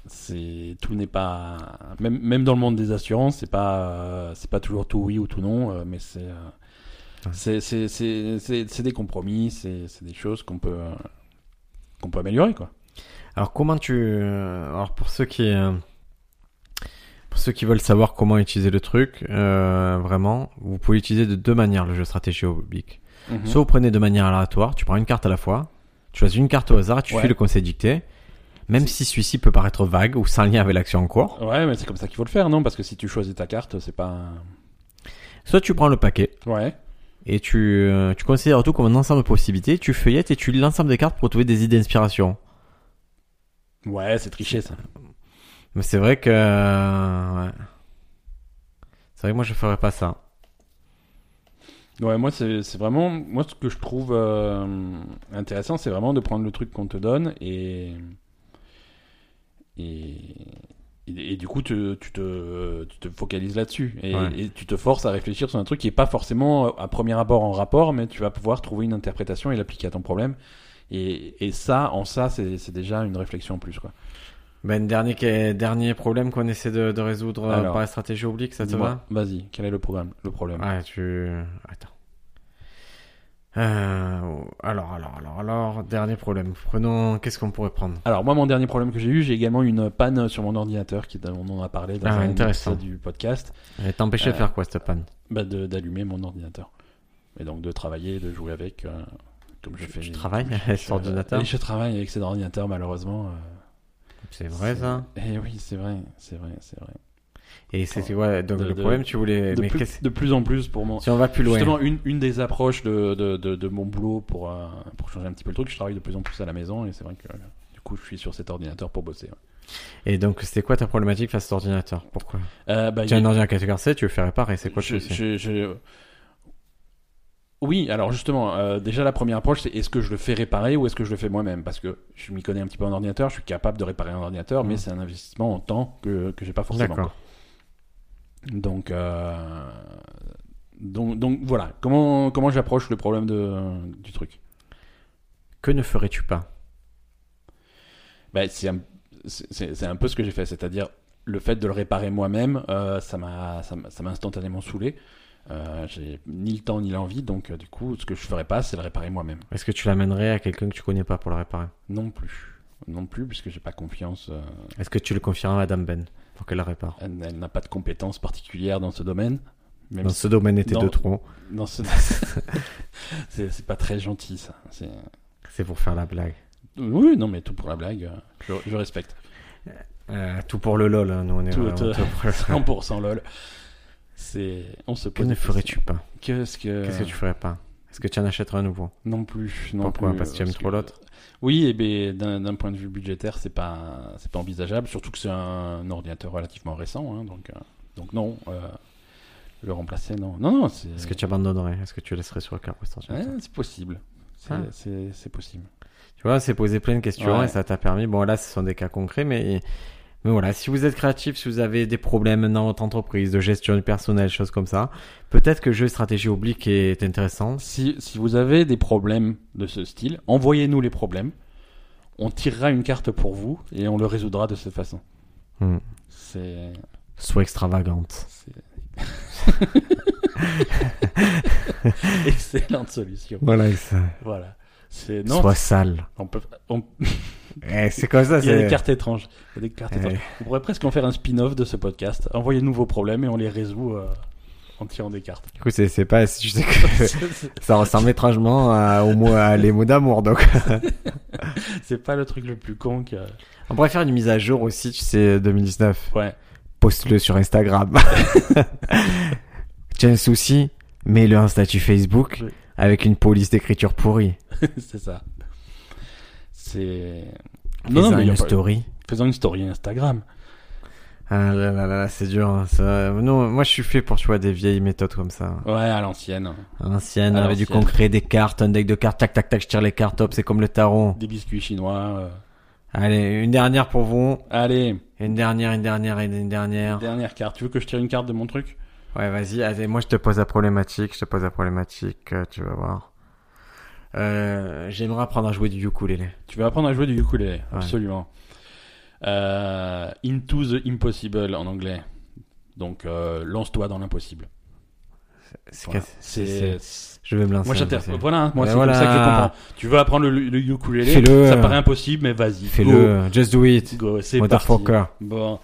S2: c'est tout n'est pas même, même dans le monde des assurances c'est pas euh, c'est pas toujours tout oui ou tout non euh, mais c'est euh,
S1: Ouais.
S2: c'est c'est- c'est- c'est- c'est des compromis c'est c'est des choses qu'on peut euh, qu'on peut améliorer quoi
S1: Alors comment tu euh, alors pour ceux qui euh, pour ceux qui veulent savoir comment utiliser le truc euh, vraiment vous pouvez utiliser de deux manières le jeu stratégie oblique.
S2: Mhm.
S1: Soit vous prenez de manière aléatoire, tu prends une carte à la fois, tu choisis une carte au hasard, tu
S2: Ouais.
S1: suis le conseil dicté. Même si celui-ci peut paraître vague ou sans lien avec l'action en cours.
S2: Ouais, mais c'est comme ça qu'il faut le faire, non Parce que si tu choisis ta carte, c'est pas. un-
S1: Soit tu prends le paquet
S2: Ouais.
S1: et tu, euh, tu considères tout comme un ensemble de possibilités, tu feuillettes et tu lis l'ensemble des cartes pour trouver des idées d'inspiration.
S2: Ouais, c'est triché ça.
S1: Mais c'est vrai que... euh, ouais. C'est vrai que moi je ferais pas ça.
S2: Ouais, moi c'est c'est vraiment moi ce que je trouve euh, intéressant, c'est vraiment de prendre le truc qu'on te donne et et et, et du coup te- tu te tu te focalises là-dessus et,
S1: Ouais.
S2: et tu te forces à réfléchir sur un truc qui est pas forcément euh, à premier abord en rapport, mais tu vas pouvoir trouver une interprétation et l'appliquer à ton problème. Et, et ça, en ça, c'est c'est déjà une réflexion en plus quoi.
S1: Ben, dernier, que- dernier problème qu'on essaie de, de résoudre euh,
S2: Alors.
S1: par la stratégie oblique, ça te
S2: Dis-moi,
S1: va
S2: Vas-y, quel est le programme Le problème.
S1: Ouais, tu. Attends. Euh, alors, alors, alors, alors, dernier problème. Prenons, qu'est-ce qu'on pourrait prendre
S2: Alors moi, mon dernier problème que j'ai eu, j'ai également une panne sur mon ordinateur, qui on en a parlé dans
S1: Ah,
S2: un
S1: intéressant.
S2: épisode du podcast,
S1: Et T'empêcher de
S2: Euh,
S1: faire quoi cette panne
S2: bah, de- d'allumer mon ordinateur. Et donc de travailler, de jouer avec, euh, comme je, fais.
S1: Tu travailles
S2: (laughs)
S1: sur
S2: Euh,
S1: l'ordinateur
S2: oui, je travaille avec cet ordinateur, malheureusement. euh,
S1: C'est vrai ça.
S2: Eh oui, c'est vrai, c'est vrai, c'est vrai.
S1: Et c'est c'est quoi Donc
S2: De-
S1: le
S2: de-
S1: problème, tu voulais.
S2: De
S1: Mais
S2: plus,
S1: qu'est-ce
S2: de plus en plus pour mon,
S1: Si on va plus loin.
S2: Justement, une, une des approches de, de, de, de mon boulot pour, euh, pour changer un petit peu le truc, je travaille de plus en plus à la maison et c'est vrai que euh, du coup, je suis sur cet ordinateur pour bosser. ouais.
S1: Et donc, c'était quoi ta problématique face à l'ordinateur Pourquoi
S2: Euh, bah,
S1: Tu as
S2: il-
S1: un ordinateur catégorie C, tu veux faire réparer, c'est quoi le
S2: je-
S1: souci
S2: je- je- Oui, alors justement, euh, déjà la première approche, c'est est-ce que je le fais réparer ou est-ce que je le fais moi-même Parce que je m'y connais un petit peu en ordinateur, je suis capable de réparer un ordinateur, mais
S1: Mhm.
S2: c'est un investissement en temps que, que j'ai pas forcément.
S1: D'accord.
S2: Donc, euh, donc, donc voilà, comment, comment j'approche le problème de, du truc
S1: Que ne ferais-tu pas
S2: Bah, c'est un, c'est- c'est- c'est un peu ce que j'ai fait, c'est-à-dire le fait de le réparer moi-même, euh, ça m'a ça m'a ça m'a instantanément saoulé. Euh, j'ai ni le temps ni l'envie, donc euh, du coup, ce que je ferais pas, c'est le réparer moi-même.
S1: Est-ce que tu l'amènerais à quelqu'un que tu connais pas pour le réparer
S2: Non plus, non plus, puisque j'ai pas confiance. euh,
S1: Est-ce que tu le confierais à Madame Ben pour qu'elle la répare
S2: elle elle n'a pas de compétences particulières dans ce domaine. Même
S1: Dans ce domaine était
S2: Dans-
S1: de trop.
S2: si- dans ce, (laughs) c'est c'est pas très gentil ça. C'est- euh,
S1: C'est pour faire la blague.
S2: Oui, non, mais tout pour la blague, euh, je, je respecte.
S1: Euh, tout pour le lol, hein, nous on est
S2: Tout-
S1: vraiment
S2: euh, tout- (laughs)
S1: pour le-
S2: 100% lol. C'est, on se
S1: Que
S2: pose.
S1: ne
S2: des questions.
S1: ferais-tu pas
S2: Qu'est-ce que
S1: Qu'est-ce que tu ferais pas Est-ce que tu en achèterais un nouveau
S2: Non plus. Non
S1: Pourquoi
S2: plus,
S1: Parce que tu aimes trop l'autre
S2: Oui, et ben, d'un d'un point de vue budgétaire, c'est pas c'est pas envisageable, surtout que c'est un ordinateur relativement récent, hein, donc euh, donc non, euh, le remplacer non, non non, c'est
S1: Est-ce que tu abandonnerais Est-ce que tu laisserais sur le carreau cet
S2: Ouais,
S1: ordinateur
S2: c'est possible, c'est
S1: Ah.
S2: c'est- c'est possible.
S1: Tu vois, c'est poser plein de questions
S2: Ouais.
S1: et ça t'a permis. Bon, là, ce sont des cas concrets, mais, mais voilà. Si vous êtes créatif, si vous avez des problèmes dans votre entreprise, de gestion du personnel, choses comme ça, peut-être que le jeu de stratégie oblique est intéressant.
S2: Si si vous avez des problèmes de ce style, envoyez-nous les problèmes, on tirera une carte pour vous et on le résoudra de cette façon.
S1: Hmm.
S2: C'est
S1: Soit extravagante. (laughs)
S2: c'est- excellente solution.
S1: Voilà, ça.
S2: Voilà. C'est non,
S1: Soit sale.
S2: on peut on
S1: Eh, c'est comme ça,
S2: Il y a des
S1: c'est.
S2: cartes étranges. Il y a des cartes
S1: Eh.
S2: étranges. On pourrait presque en faire un spin-off de ce podcast. Envoyer de nouveaux problèmes et on les résout euh, en tirant
S1: (laughs)
S2: des cartes.
S1: Du coup, c'est, c'est pas, je sais que (laughs)
S2: C'est-
S1: ça ressemble étrangement à, au mot, à les mots d'amour, donc.
S2: c'est pas le truc le plus con que.
S1: On pourrait faire une mise à jour aussi, tu sais, 2019.
S2: Ouais.
S1: poste-le sur Instagram. (laughs) Tiens un souci, mets-le un statut Facebook
S2: Oui.
S1: avec une police d'écriture pourrie.
S2: (laughs) c'est ça. C'est.
S1: Fais
S2: Non, non, mais il y
S1: une
S2: a pas-
S1: story.
S2: faisons une story Instagram.
S1: Ah là là là, c'est dur. hein, ça. Non, moi je suis fait pour tu vois des vieilles méthodes comme ça.
S2: Ouais, à l'ancienne.
S1: Anciennes,
S2: À
S1: avec du
S2: l'ancienne.
S1: concret, des cartes, un deck de cartes, tac tac tac, je tire les cartes, hop, c'est comme le tarot.
S2: Des biscuits chinois. euh.
S1: Allez, une dernière pour vous.
S2: Allez,
S1: Une dernière, une dernière, et une dernière.
S2: dernière carte. Tu veux que je tire une carte de mon truc
S1: Ouais, vas-y, allez, moi je te pose la problématique, je te pose la problématique, euh, tu vas voir. Euh, J'aimerais apprendre à jouer du ukulélé.
S2: Tu veux apprendre à jouer du ukulélé. Absolument. Euh, into the impossible en anglais. Donc, euh, lance-toi dans l'impossible.
S1: C'est
S2: Voilà.
S1: cassé.
S2: C'est. c'est-
S1: Je vais me lancer.
S2: Moi,
S1: dans le
S2: j'inter-
S1: passé.
S2: Voilà, moi,
S1: Ben
S2: c'est
S1: voilà.
S2: comme ça que je comprends. Tu veux apprendre le, le ukulélé
S1: Fais-le.
S2: Ça paraît impossible, mais vas-y.
S1: Fais-le. euh, Just do
S2: Go,
S1: it.
S2: go, c'est parti.
S1: Motherfucker.
S2: Bon.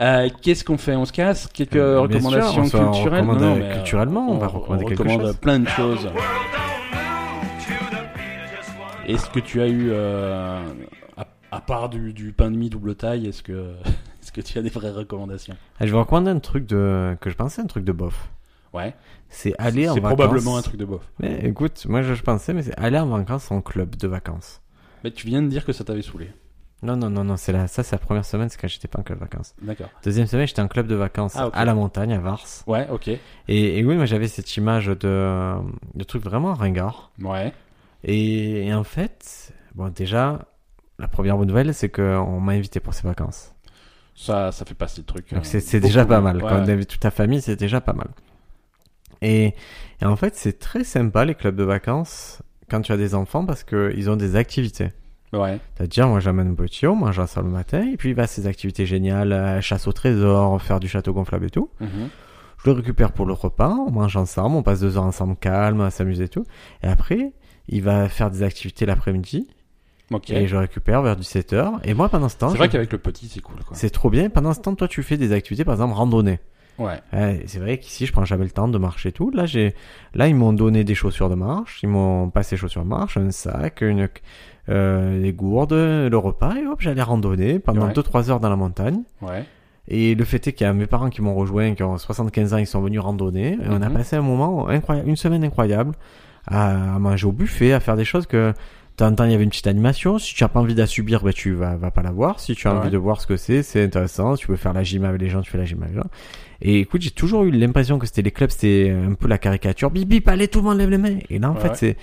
S2: Euh, Qu'est-ce qu'on fait On se casse Quelques
S1: Euh, Bien sûr,
S2: recommandations
S1: on se- on
S2: culturelles
S1: recommande,
S2: Euh, Non, non,
S1: euh,
S2: mais, euh,
S1: culturellement, on, va recommander
S2: on
S1: quelque
S2: recommande
S1: chose.
S2: plein de choses.
S3: Et
S2: Est-ce que tu as eu, euh, à, à part du, du pain de mie double taille, est-ce que, (laughs) est que tu as des vraies recommandations
S1: Ah, je vais recommander un truc de que je pensais un truc de bof.
S2: Ouais.
S1: C'est aller en
S2: C'est
S1: vacances.
S2: probablement un truc de bof.
S1: Mais écoute, moi je, je pensais, mais c'est aller en vacances en club de vacances.
S2: Mais tu viens de dire que ça t'avait saoulé.
S1: Non, non, non, non, c'est là. Ça, c'est la première semaine, c'est quand j'étais pas en club de vacances.
S2: D'accord.
S1: Deuxième semaine, j'étais en club de vacances
S2: Ah, ok.
S1: à la montagne, à Vars.
S2: Ouais, ok.
S1: Et, et oui, moi j'avais cette image de, de truc vraiment ringard.
S2: Ouais.
S1: Et, et en fait, bon, déjà, la première bonne nouvelle, c'est qu'on m'a invité pour ces vacances.
S2: Ça, ça fait passer le truc.
S1: Donc
S2: euh,
S1: c'est- c'est déjà
S2: beaucoup
S1: pas
S2: mieux.
S1: mal.
S2: Ouais,
S1: Quand on
S2: ouais.
S1: invite toute ta famille, c'est déjà pas mal. Et, et en fait, c'est très sympa les clubs de vacances quand tu as des enfants parce qu'ils ont des activités.
S2: Ouais.
S1: C'est-à-dire, moi j'amène mon petit, on mange ensemble le matin, et puis il va à ses activités géniales, euh, chasse au trésor, faire du château gonflable et tout.
S2: Mhm.
S1: Je le récupère pour le repas, on mange ensemble, on passe deux heures ensemble calme, à s'amuser et tout. Et après, il va faire des activités l'après-midi.
S2: Ok.
S1: Et je le récupère vers 17h. Et moi, pendant ce temps,
S2: C'est vrai
S1: je-
S2: qu'avec le petit, c'est cool. Quoi.
S1: c'est trop bien. Pendant ce temps, toi, tu fais des activités, par exemple, randonnée.
S2: Ouais.
S1: Ouais, c'est vrai qu'ici, je prends jamais le temps de marcher et tout. Là, j'ai, là, ils m'ont donné des chaussures de marche, ils m'ont passé chaussures de marche, un sac, une, euh, des gourdes, le repas, et hop, j'allais randonner pendant
S2: Ouais.
S1: 2-3 heures dans la montagne.
S2: Ouais.
S1: Et le fait est qu'il y a mes parents qui m'ont rejoint, qui ont 75 ans, ils sont venus randonner. Et on a
S2: Mhm.
S1: passé un moment incroyable, une semaine incroyable, à, à manger au buffet, à faire des choses que, de temps en temps, il y avait une petite animation. Si tu n'as pas envie de la subir, ben, tu vas, vas pas la voir. Si tu as
S2: Ouais.
S1: envie de voir ce que c'est, c'est intéressant. Tu peux faire la gym avec les gens, tu fais la gym avec les gens. Et écoute, j'ai toujours eu l'impression que c'était les clubs, c'était un peu la caricature. Bip bip, allez, tout le monde lève les mains. Et là, en
S2: Ouais,
S1: fait,
S2: ouais.
S1: c'est,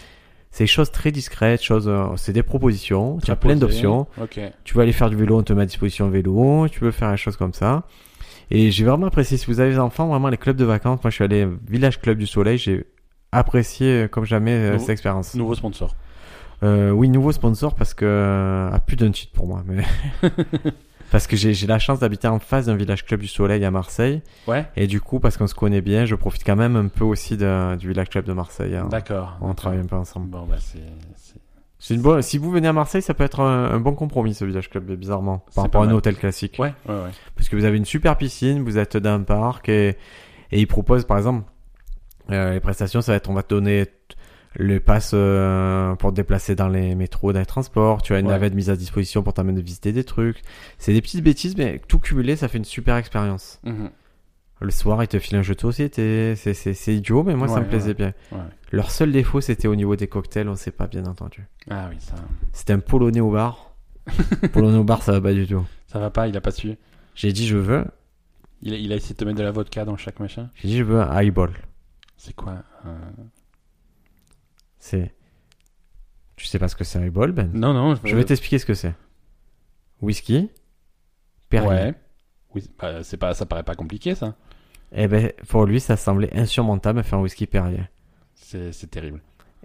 S1: c'est des choses très discrètes, choses, euh, c'est des propositions. Tu as plein
S2: Proposé.
S1: d'options
S2: Ok.
S1: tu veux aller faire du vélo, on te met à disposition un vélo, tu veux faire des choses comme ça. Et j'ai vraiment apprécié, si vous avez des enfants, vraiment les clubs de vacances, moi je suis allé au Village Club du Soleil, j'ai apprécié euh, comme jamais euh,
S2: Nouveau-
S1: cette expérience.
S2: Nouveau sponsor.
S1: Euh, oui, nouveau sponsor parce que... euh, Ah, plus d'un titre pour moi,
S2: (laughs)
S1: mais... parce que j'ai j'ai la chance d'habiter en face d'un Village Club du Soleil à Marseille.
S2: Ouais.
S1: Et du coup, parce qu'on se connaît bien, je profite quand même un peu aussi de- du Village Club de Marseille. hein.
S2: D'accord.
S1: On travaille un peu ensemble.
S2: Bon, bah, c'est. c'est-
S1: C'est une bonne... Si vous venez à Marseille, ça peut être un, un bon compromis, ce Village Club, bizarrement, par
S2: C'est pas
S1: rapport à un
S2: mal.
S1: hôtel classique.
S2: Ouais, ouais, ouais.
S1: parce que vous avez une super piscine, vous êtes dans un parc et, et ils proposent par exemple euh, les prestations, ça va être on va te donner t- le pass euh, pour te déplacer dans les métros, dans les transports, tu as une
S2: Ouais.
S1: navette mise à disposition pour t'amener visiter des trucs. C'est des petites bêtises, mais tout cumulé, ça fait une super expérience.
S2: Mhm.
S1: Le soir, ils te filent un jeu de société, c'est- c'est c'est idiot, mais moi ça
S2: Ouais,
S1: me plaisait
S2: ouais.
S1: bien.
S2: Ouais.
S1: Leur seul défaut, c'était au niveau des cocktails, on s'est pas bien entendu.
S2: Ah oui, ça.
S1: C'était un polonais au
S2: (laughs)
S1: bar. polonais au bar, ça va pas du tout.
S2: Ça va pas, il a pas su.
S1: J'ai dit je veux,
S2: Il a, il a essayé de te mettre de la vodka dans chaque machin.
S1: j'ai dit je veux un highball.
S2: C'est quoi euh,
S1: C'est. Tu sais pas ce que c'est un highball, Ben
S2: Non, non,
S1: Je vais t'expliquer ce que c'est. Whisky, Perrier.
S2: Ouais. Oui, bah, c'est pas, ça paraît pas compliqué, ça.
S1: Et ben, pour lui, ça semblait insurmontable à faire un whisky Perrier.
S2: C'est c'est terrible.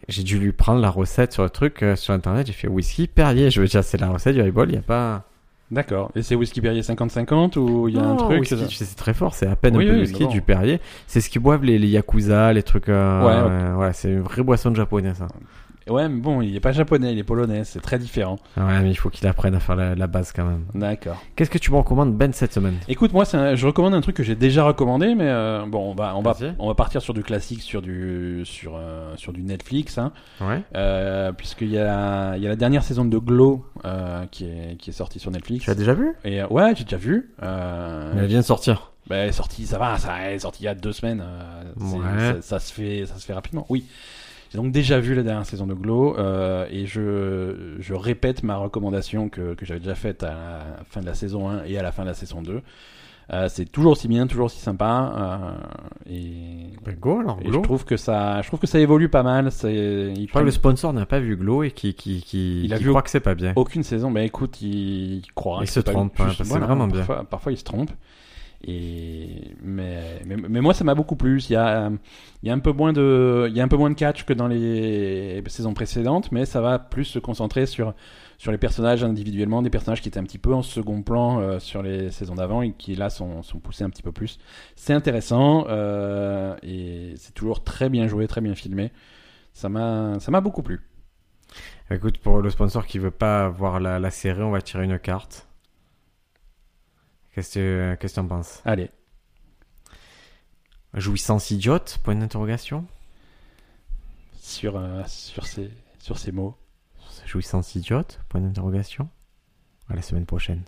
S1: J'ai dû lui prendre la recette sur le truc euh, sur internet. J'ai fait whisky Perrier. Je veux dire, c'est la recette du highball. Il y a pas.
S2: D'accord. Et c'est Whisky Perrier 50-50 ou il y a un
S1: Non,
S2: truc
S1: whisky,
S2: c'est ça
S1: tu sais, c'est très fort. C'est à peine
S2: Oui,
S1: un peu de
S2: oui,
S1: whisky,
S2: non.
S1: du Perrier. C'est ce qu'ils boivent les, les yakuza, les trucs. euh,
S2: Ouais, ok.
S1: euh, voilà, c'est une vraie boisson de japonais ça.
S2: Ouais, mais bon, il est pas japonais, il est polonais, c'est très différent.
S1: Ouais, mais il faut qu'il apprenne à faire la, la base quand même.
S2: D'accord.
S1: Qu'est-ce que tu me recommandes Ben cette semaine
S2: Écoute, moi, c'est un- je recommande un truc que j'ai déjà recommandé, mais euh, bon, on va, on va,
S1: Vas-y.
S2: on va partir sur du classique, sur du, sur, euh, sur du Netflix, hein,
S1: Ouais.
S2: euh, puisqu'il y a, il y a la dernière saison de Glow euh, qui est, qui est sortie sur Netflix.
S1: Tu l'as déjà vu
S2: Et euh, ouais, j'ai déjà vu. Euh,
S1: Elle vient de sortir.
S2: Bah, elle est sortie, ça va, ça elle est sortie il y a deux semaines. euh, c'est-
S1: Ouais.
S2: ça, ça se fait, ça se fait rapidement. Oui. J'ai donc déjà vu la dernière saison de Glow euh, et je, je répète ma recommandation que, que j'avais déjà faite à la fin de la saison 1 et à la fin de la saison 2. Euh, c'est toujours aussi bien, toujours aussi sympa euh, et,
S1: Ben go alors,
S2: et
S1: Glow.
S2: je trouve que ça, je trouve que ça évolue pas mal. C'est, ils
S1: Je crois que le
S2: prennent
S1: sponsor n'a pas vu Glow et qui, qui, qui,
S2: Il a
S1: qui
S2: vu Oh.
S1: croit que c'est pas bien.
S2: aucune saison, mais écoute, il croit.
S1: Il
S2: que
S1: se
S2: c'est pas
S1: trompe,
S2: une-
S1: hein,
S2: juste-
S1: parce que c'est vraiment bien.
S2: parfois, Parfois, il se trompe. Et mais, mais, mais moi, ça m'a beaucoup plu. Il y a, euh, il y a un peu moins de, il y a un peu moins de catch que dans les saisons précédentes, mais ça va plus se concentrer sur sur les personnages individuellement, des personnages qui étaient un petit peu en second plan euh, sur les saisons d'avant et qui là sont, sont poussés un petit peu plus. C'est intéressant euh, et c'est toujours très bien joué, très bien filmé. Ça m'a ça m'a beaucoup plu.
S1: Écoute, pour le sponsor qui veut pas voir la, la série, on va tirer une carte. Qu'est-ce que qu'est-ce que t'en penses
S2: Allez,
S1: Jouissance idiote Point d'interrogation
S2: sur euh, sur ces sur ces mots.
S1: Jouissance idiote Point d'interrogation À la semaine prochaine.